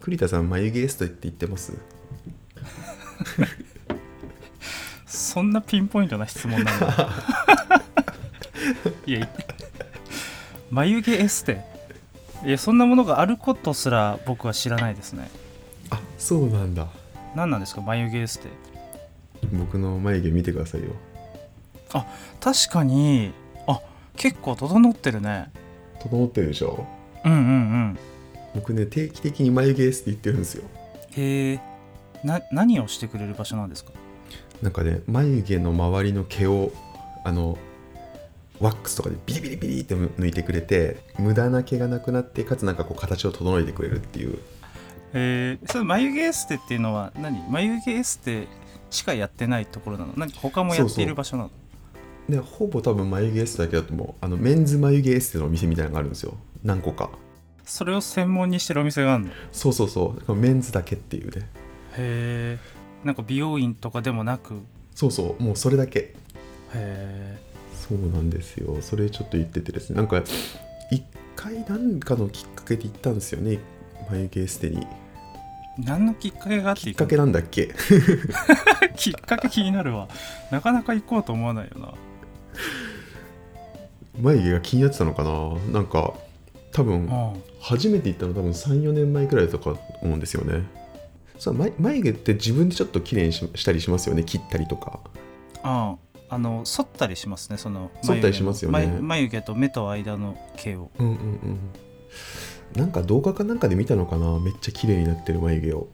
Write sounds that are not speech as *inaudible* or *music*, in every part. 栗田さん眉毛エストって言ってますそんなピンポイントな質問なの *laughs* いやい眉毛エステいやそんなものがあることすら僕は知らないですねあそうなんだ何なんですか眉毛エステ僕の眉毛見てくださいよ確かにあ結構整ってるね整ってるでしょうんうん僕ね定期的に眉毛エスって言ってるんですようんへえな何をしてくれる場所なんですかなんかね眉毛の周りの毛をあのワックスとかでビリビリビリって抜いてくれて無駄な毛がなくなってかつなんかこう形を整えてくれるっていうえー、その眉毛エステっていうのは何眉毛エステしかやってないところなの何か他もやっている場所なのでほぼ多分眉毛エステだけだと思うあのメンズ眉毛エステのお店みたいなのがあるんですよ何個かそれを専門にしてるお店があるのへそうそうそうだからメンズだけっていうねえんか美容院とかでもなくへそうそうもうそれだけえそうなんですよそれちょっと言っててですねなんか一回なんかのきっかけで行ったんですよね眉毛エステに何のきっかけがあってきっ行くかのけなんだっけきっかけ気になるわなかなか行こうと思わないよな眉毛が気になってたのかななんか多分うん初めて行ったの多分34年前くらいだったか思うんですよねそう眉眉毛って自分でちょっと綺麗にししたりしますよね切ったりとかああの剃ったりしますねその剃ったりしますよね眉毛の眉眉毛と目と間の毛をうんうんうんなんか動画かなんかで見たのかなめっちゃ綺麗になってる眉毛を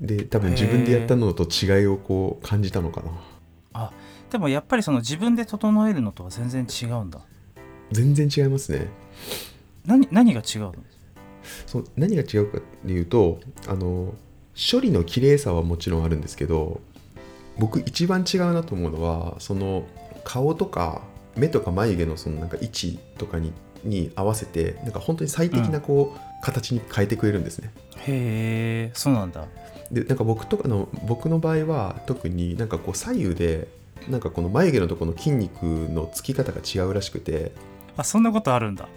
で多分自分でやったのと違いをこう感じたのかなでもやっぱりその自分で整えるのとは全然違うんだ全然違いますね何何が違うのそう何が違うかっていうとあの処理の綺麗さはもちろんあるんですけど僕一番違うなと思うのはその顔とか目とか眉毛のそのなんか位置とかにに合わせてなんか本当に最適なこう、形に変えてくれるんですね。へえそうなんだでなんか僕とかの僕の場合は特になんかこう左右でなんかこの眉毛のところの筋肉のつき方が違うらしくてあそんなことあるんだ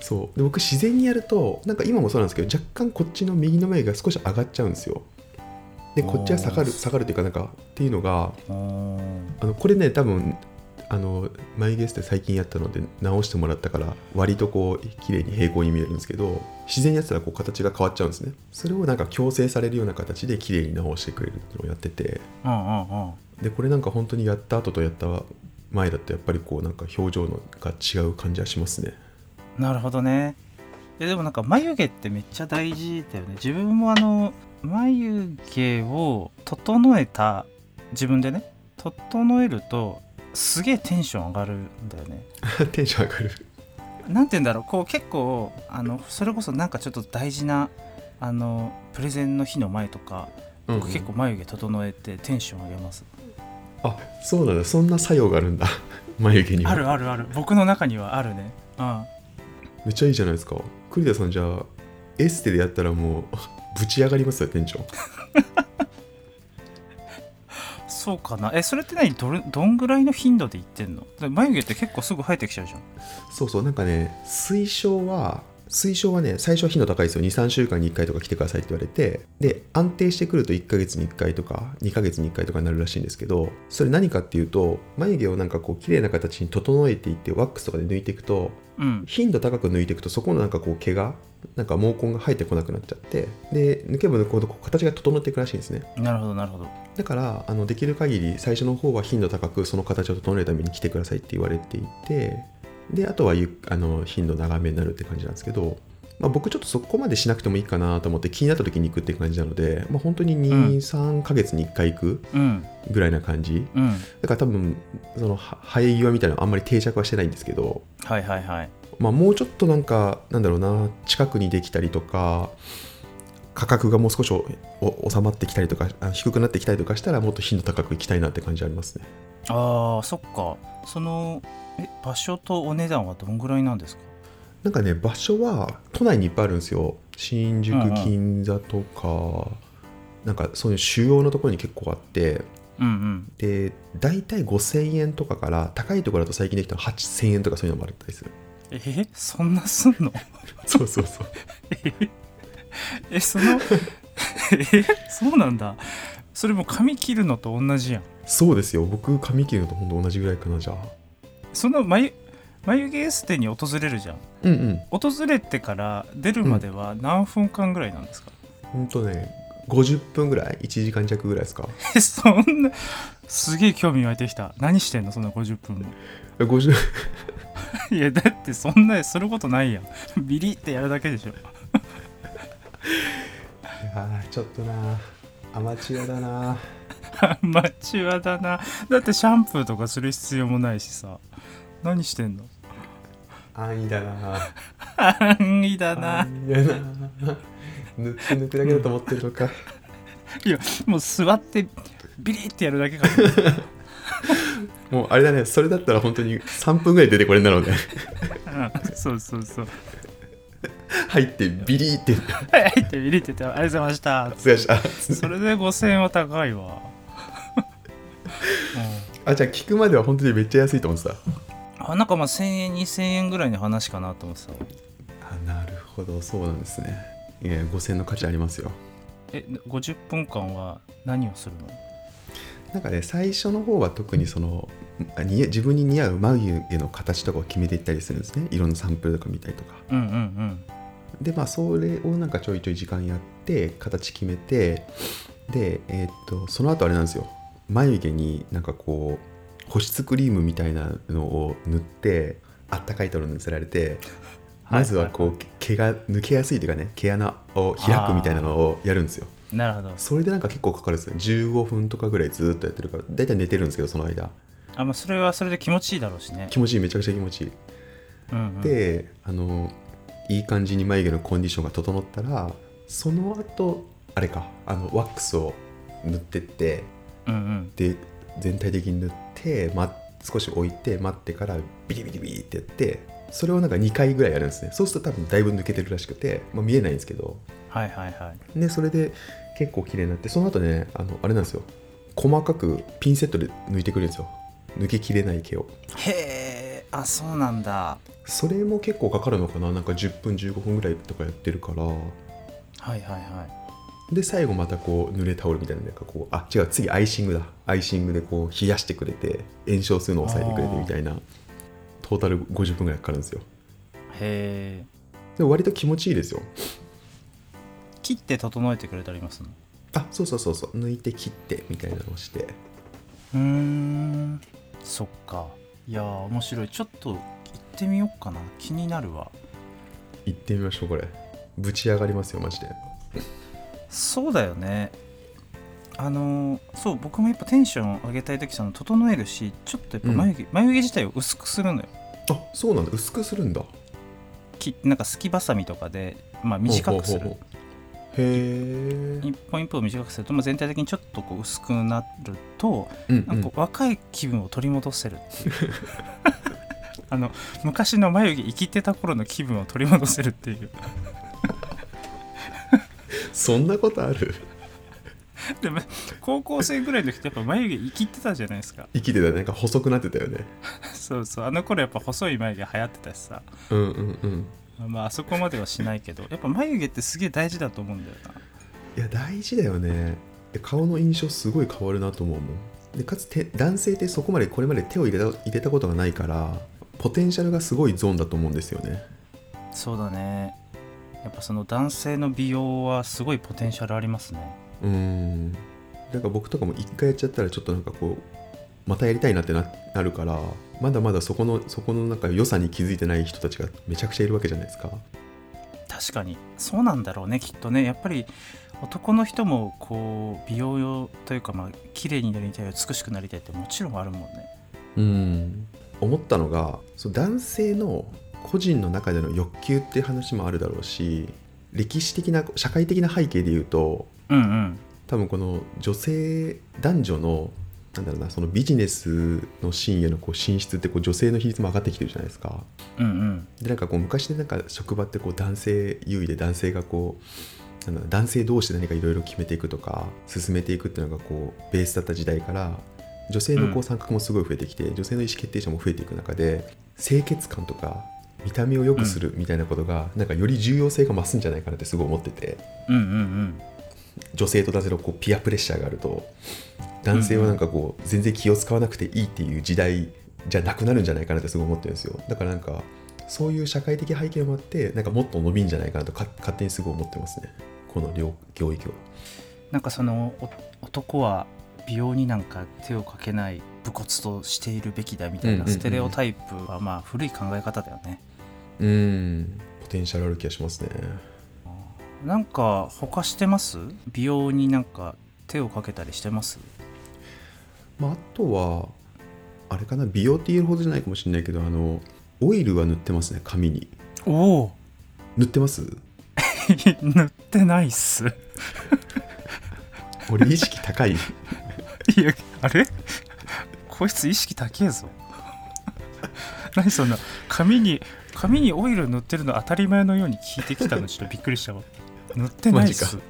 そうで僕自然にやるとなんか今もそうなんですけど若干こっちの右の眉が少し上がっちゃうんですよでこっちは下がるおー下がるというかなんかっていうのがおーあのこれね多分あの眉毛エステ最近やったので直してもらったから割とこう綺麗に平行に見えるんですけど自然にやってたらこう形が変わっちゃうんですねそれをなんか矯正されるような形で綺麗に直してくれるっていうのをやっててうんうんうんでこれなんか本当にやった後とやった前だとやっぱりこうなんか表情のが違う感じはしますね *laughs* なるほどねえでもなんか眉毛ってめっちゃ大事だよね自分もあの眉毛を整えた自分でね整えるとすげえテンション上がるんだよねテンション上がるなんて言うんだろうこう結構あのそれこそなんかちょっと大事なあのプレゼンの日の前とか僕結構眉毛整えてテンション上げます、あそうなんだそんな作用があるんだ *laughs* 眉毛にはあるあるある僕の中にはあるねうんめっちゃいいじゃないですか栗田さんじゃあエステでやったらもう *laughs* ぶち上がりますよ店長そうかなえそれって何どれどんぐらいの頻度で言ってんので眉毛って結構すぐ生えてきちゃうじゃんそうそうなんかね推奨は推奨はね最初は頻度高いですよ23週間に1回とか来てくださいって言われてで安定してくると1ヶ月に1回とか2ヶ月に1回とかになるらしいんですけどそれ何かっていうと眉毛をなんかこう綺麗な形に整えていってワックスとかで抜いていくとうん頻度高く抜いていくとそこのなんかこう毛がなんか毛根が生えてこなくなっちゃってで抜けば抜くほどこう形が整っていくらしいんですねなるほどなるほどだからあのできる限り最初の方は頻度高くその形を整えるために来てくださいって言われていてであとはゆっあの頻度長めになるって感じなんですけど、まあ、僕ちょっとそこまでしなくてもいいかなと思って気になった時に行くって感じなので、まあ、本当にうん23ヶ月に1回行くうんぐらいな感じうんだから多分そのは生え際みたいなのはあんまり定着はしてないんですけどはいはいはいまあ、もうちょっとなんかなんだろうな近くにできたりとか価格がもう少しおお収まってきたりとかあ低くなってきたりとかしたらもっと頻度高くいきたいなって感じありますねあーそっかそのえ場所とお値段はどんぐらいなんですかなんかね場所は都内にいっぱいあるんですよ新宿うんうん銀座とか、なんかそういう主要なところに結構あってうんで大体5000円とかから高いところだと最近できたの8000円とかそういうのもあったりするうんえそんなすんのそうそうそう *laughs* えその *laughs* えそうなんだそれも髪切るのと同じやんそうですよ僕髪切るのとほんと同じぐらいかなじゃあその眉眉毛エステに訪れるじゃんうんうん訪れてから出るまでは何分間ぐらいなんですか、ほんとね50分ぐらい1時間弱ぐらいですかえそんなすげえ興味湧いてきた何してんのそんな50分も *laughs* 50 *laughs* いやだってそんなすることないやん *laughs* ビリってやるだけでしょ *laughs* いやーちょっとなアマチュアだなマチュアだなだってシャンプーとかする必要もないしさ何して *laughs* んの安易だな安易だな安易だなぬくぬくだけだと思ってるのか *laughs* いやもう座ってビリってやるだけかと思っもうあれだねそれだったら本当に3分ぐらい出てこれなので *laughs* たうんそうそうそう入ってビリーってはいはいってビリって言ってありがとうございましたすがしたそれで5000円は高い *laughs* わうんあじゃあ聞くまでは本当にめっちゃ安いと思ってたあなんかまあ1000円2000円ぐらいの話かなと思ってたわあなるほどそうなんですねいや5000の価値ありますよえ50分間は何をするのなんかね最初の方は特にそのあに自分に似合う眉毛の形とかを決めていったりするんですねいろんなサンプルとか見たりとかうんうんでまあそれをなんかちょいちょい時間やって形決めてでえーっとその後あれなんですよ眉毛になんかこう保湿クリームみたいなのを塗ってあったかいところに塗せられてはいまずはこう毛が抜けやすいというかね毛穴を開くみたいなのをやるんですようんなるほどそれでなんか結構かかるんですよ15分とかぐらいずっとやってるから大体寝てるんですけどその間あ、まあ、それはそれで気持ちいいだろうしね気持ちいいめちゃくちゃ気持ちいいうんうん、であのいい感じに眉毛のコンディションが整ったらその後あれかあのワックスを塗ってってうんうん、で全体的に塗って、ま、少し置いて待ってからビリビリビリってやってそれをなんか2回ぐらいやるんですねそうすると多分だいぶ抜けてるらしくて、まあ、見えないんですけどはいはいはいでそれで結構綺麗になってその後ねあのあれなんですよ細かくピンセットで抜いてくるんですよ抜けきれない毛をへえあそうなんだそれも結構かかるのかななんか10分15分ぐらいとかやってるからはいはいはいで最後またこう濡れタオルみたいななんかこうあ違う次アイシングだアイシングでこう冷やしてくれて炎症するのを抑えてくれてみたいなトータル50分ぐらいかかるんですよへえでも割と気持ちいいですよ切って整えてくれたりますのあそうそうそうそう抜いて切ってみたいなのをしてうーんそっかいやー面白いちょっと行ってみようかな気になるわ行ってみましょうこれぶち上がりますよマジでそうだよねあのーそう僕もやっぱテンション上げたい時その整えるしちょっとやっぱ眉毛、眉毛自体を薄くするのよあそうなんだ薄くするんだ切なんかすきばさみとかで、まあ、短くするほうほうほうへえ一本一本短くすると、まあ、全体的にちょっとこう薄くなるとうんうなんかんこう若い気分を取り戻せるっていう *laughs* あの昔の眉毛生きてた頃の気分を取り戻せるっていうそんなことあるでも高校生ぐらいの時ってやっぱ眉毛生きてたじゃないですか *laughs* 生きてたねなんか細くなってたよねそうそうあの頃やっぱ細い眉毛流行ってたしさうんうんうんまああそこまではしないけどやっぱ眉毛ってすげえ大事だと思うんだよないや大事だよねで顔の印象すごい変わるなと思うもんでかつて男性ってそこまでこれまで手を入れた入れたことがないからポテンシャルがすごいゾーンだと思うんですよねそうだねやっぱその男性の美容はすごいポテンシャルありますねうーんなんか僕とかも一回やっちゃったらちょっとなんかこうまたやりたいなってななるからまだまだそこのそこのなんか良さに気づいてない人たちがめちゃくちゃいるわけじゃないですか確かにそうなんだろうねきっとねやっぱり男の人もこう美容用というかまあ綺麗になりたい美しくなりたいってもちろんあるもんねうん思ったのがそう男性の個人の中での欲求っていう話もあるだろうし歴史的な社会的な背景で言うとうんうん多分この女性男女のなんだろうなそのビジネスのシーンへのこう進出ってこう女性の比率も上がってきてるじゃないですか。うんうんでなんかこう昔でなんか職場ってこう男性優位で男性がこうなんだろう男性同士で何かいろいろ決めていくとか進めていくっていうのがこうベースだった時代から女性のうこんう参画もすごい増えてきて、女性の意思決定者も増えていく中で清潔感とか見た目を良くするみたいなことが、なんかより重要性が増すんじゃないかなってすごい思っててうんうん女性と男性のこうピアプレッシャーがあると男性はなんかこう全然気を使わなくていいっていう時代じゃなくなるんじゃないかなってすごい思ってるんですよだからなんかそういう社会的背景もあってなんかもっと伸びんじゃないかなとか勝手にすごい思ってますねこの領領域はうんなんかそのお男は美容になんか手をかけない武骨としているべきだみたいうんうんなうんステレオタイプはまあ古い考え方だよねうんポテンシャルある気がしますねなんか他してます美容になんか手をかけたりしてますまあ、あとはあれかな美容って言えるほどじゃないかもしれないけどあのオイルは塗ってますね髪におお塗って *laughs* ます *laughs* 塗ってないっす俺意識高いいやあれこいつ意識高えぞ *laughs* 何そんな紙に紙にオイル塗ってるの当たり前のように聞いてきたのちょっとびっく *laughs* りしたわ塗ってないっすマ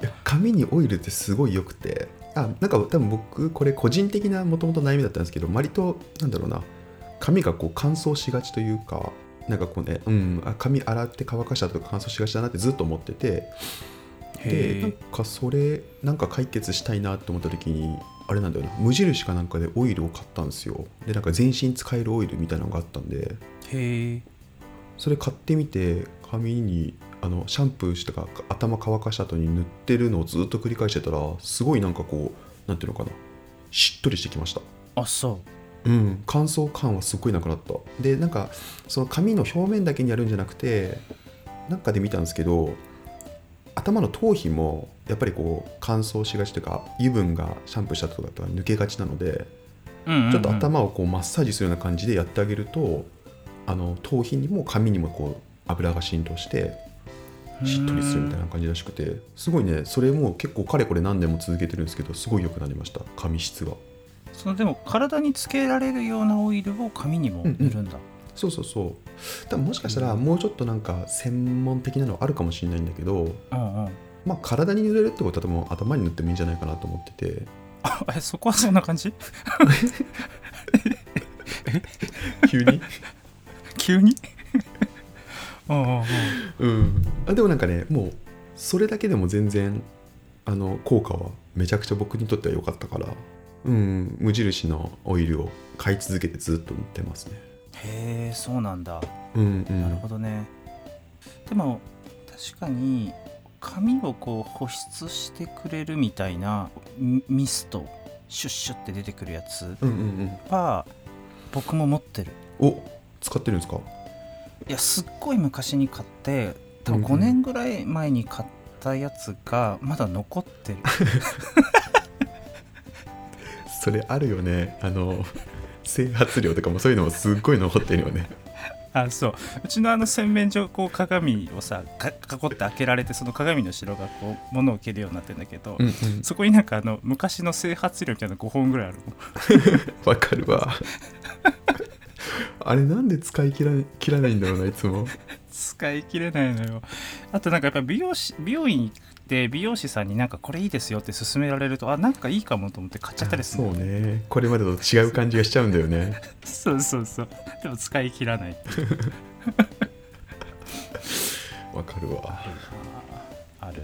いや髪にオイルってすごいよくてあなんか多分僕これ個人的なもともと悩みだったんですけど割となんだろうな髪がこう乾燥しがちというかなんかこうね、うん、あ髪洗って乾かしたと乾燥しがちだなってずっと思っててでなんへかそれなんか解決したいなって思った時にあれなんだよな無印かなんかでオイルを買ったんですよでなんか全身使えるオイルみたいなのがあったんでえへえそれ買ってみて髪にあのシャンプーしてか頭乾かした後に塗ってるのをずっと繰り返してたらすごいなんかこうなんていうのかなしっとりしてきましたあそうん乾燥感はすっごいなくなったでなんかその髪の表面だけにやるんじゃなくてなんかで見たんですけど頭の頭皮もやっぱりこう乾燥しがちというか油分がシャンプーした後とかだったら抜けがちなのでう、うんうんうんちょっと頭をこうマッサージするような感じでやってあげるとあの頭皮にも髪にもこう油が浸透してしっとりするみたいな感じらしくてすごいねそれも結構かれこれ何年も続けてるんですけどすごい良くなりました髪質がうんそのでも体につけられるようなオイルを髪にも塗るんだ、そうそうそう多分もしかしたらもうちょっとなんか専門的なのはあるかもしれないんだけどうん、うん *laughs* まあ体に塗れるってことは多分頭に塗ってもいいんじゃないかなと思っててあえそこはそんな感じ *laughs* 急に急に *laughs* うんうんうんうんあでもなんかねもうそれだけでも全然あの効果はめちゃくちゃ僕にとっては良かったからうん無印のオイルを買い続けてずっと塗ってますねへえそうなんだうんうんなるほどね。でも確かに髪をこう保湿してくれるみたいなミミストシュッシュって出てくるやつうんうんは僕も持ってるうんお使ってるんですかいやすっごい昔に買って多うん分うん5年ぐらい前に買ったやつがまだ残ってるそれあるよねあの *laughs* 整髪量とかもそういうのもすっごい残ってるよね *laughs* あそううちのあの洗面所こう鏡をさか囲って開けられてその鏡の後ろがこう物を置けるようになってるんだけど、うんうんそこになんかあの昔の整髪料みたいなの5本ぐらいあるのわかるわ *laughs* あれなんで使い切ら切らないんだろうないつも使い切れないのよあとなんかやっぱ美容師美容院行って美容師さんになんかこれいいですよって勧められるとあなんかいいかもと思って買っちゃったりするそのうねこれまでと違う感じがしちゃうんだよねそうそうそうでも使い切らないわかるわあるある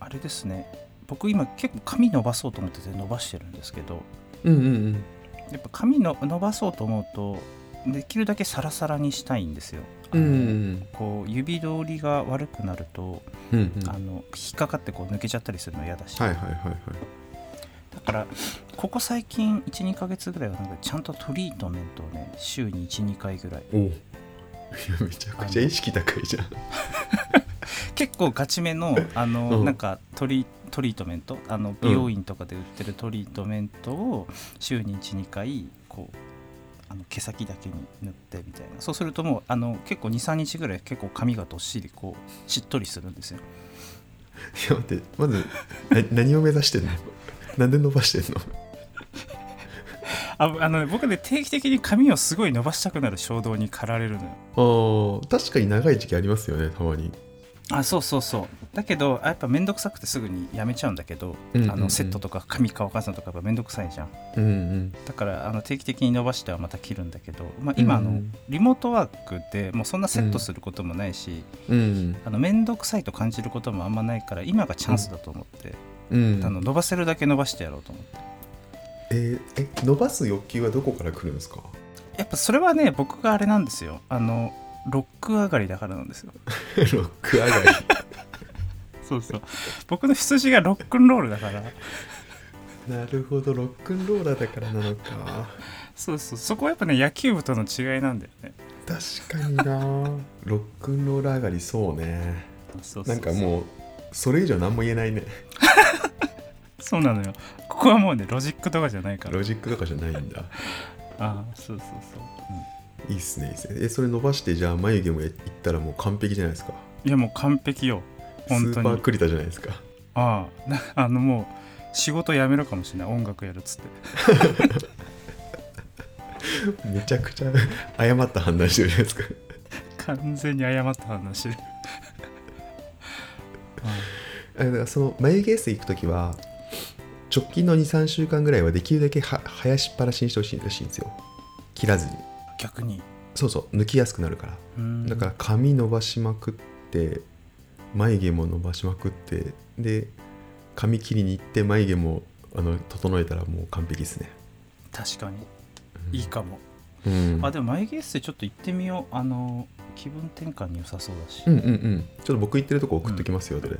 あれですね僕今結構髪伸ばそうと思ってて伸ばしてるんですけどうんうんうんやっぱ髪の伸ばそうと思うとできるだけサラサラにしたいんですよ、うんうんこう指通りが悪くなると、うんうんあはいの引っかかってこう抜けちゃったりするの嫌だし、はいはいはいだからここ最近12ヶ月ぐらいはなんかちゃんとトリートメントをね週に12回ぐらいおいやめちゃくちゃ意識高いじゃん結構ガチめのあの、うんなんかトリトリートメントあの美容院とかで売ってるトリートメントを週に12回こうあの毛先だけに塗ってみたいなそうするともうあの結構23日ぐらい結構髪がどっしりこうしっとりするんですよいや待ってまずな何を目指して *laughs* んのなんで伸ばしてんのああのね僕ね定期的に髪をすごい伸ばしたくなる衝動に駆られるのよあー確かに長い時期ありますよねたまにあそうそうそうだけどやっぱ面倒くさくてすぐにやめちゃうんだけど、うんうんうんあのセットとか髪乾かすのとかやっぱ面倒くさいじゃんうんうんだからあの定期的に伸ばしてはまた切るんだけど、まあ、今あの、うんリモートワークでもうそんなセットすることもないし、うんあの面倒くさいと感じることもあんまないから今がチャンスだと思って、うんあの伸ばせるだけ伸ばしてやろうと思ってえーえ伸ばす欲求はどこから来るんですかやっぱそれはね僕があれなんですよあのロック上がりだからなんですよ *laughs* ロック上がり。そうそう僕の羊がロックンロールだから *laughs* なるほど、ロックンローラーだからなのか。そうそうそこはやっぱね野球部との違いなんだよね確かにな。 *laughs* ロックンローラー上がり、そうね。そうそなうんそうかもう、それ以上何も言えないね。そうなのよここはもうねロジックとかじゃないからロジックとかじゃないんだ。 *laughs* ああそうそうそう、いいっすね、いいっすね。え、それ伸ばして、じゃあ眉毛もいったらもう完璧じゃないですか。いやもう完璧よス本当ーパーにクリタじゃないですか。 *laughs* ああな *laughs* あのもう仕事辞めるかもしれない音楽やるっつってめちゃくちゃ *laughs* 誤った判断してるじゃないですか。完全に誤った話あ *laughs* あだからその眉毛エステ行くときは、直近の2、3週間ぐらいはできるだけは生やしっぱなしにしてほしいらしいんですよ。切らずに。あ逆にそうそう、抜きやすくなるから。うんだから髪伸ばしまくって眉毛も伸ばしまくってで髪切りに行って眉毛もあの整えたらもう完璧ですね、確かにうんいいかも、うん、あでも眉毛エッセイちょっと行ってみようあの気分転換に良さそうだし、うんうんうんちょっと僕行ってるとこ送っときますよ、どれ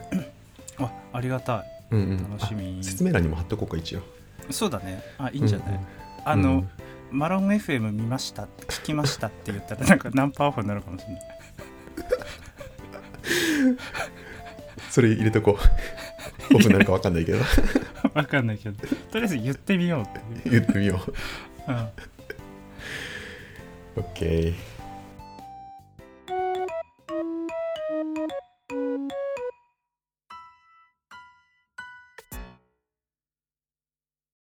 あありがたういんうん楽しみあ説明欄にも貼っとこうか一応そうだねあいいんじゃない、うんうんあの、うんマロン FM 見ました聞きましたって言ったらなんかナンパオフになるかもしれないそれ入れとこ *laughs* うオフになるか分かんないけどわかんないけど、とりあえず言ってみようってい言う。ってみよううん OK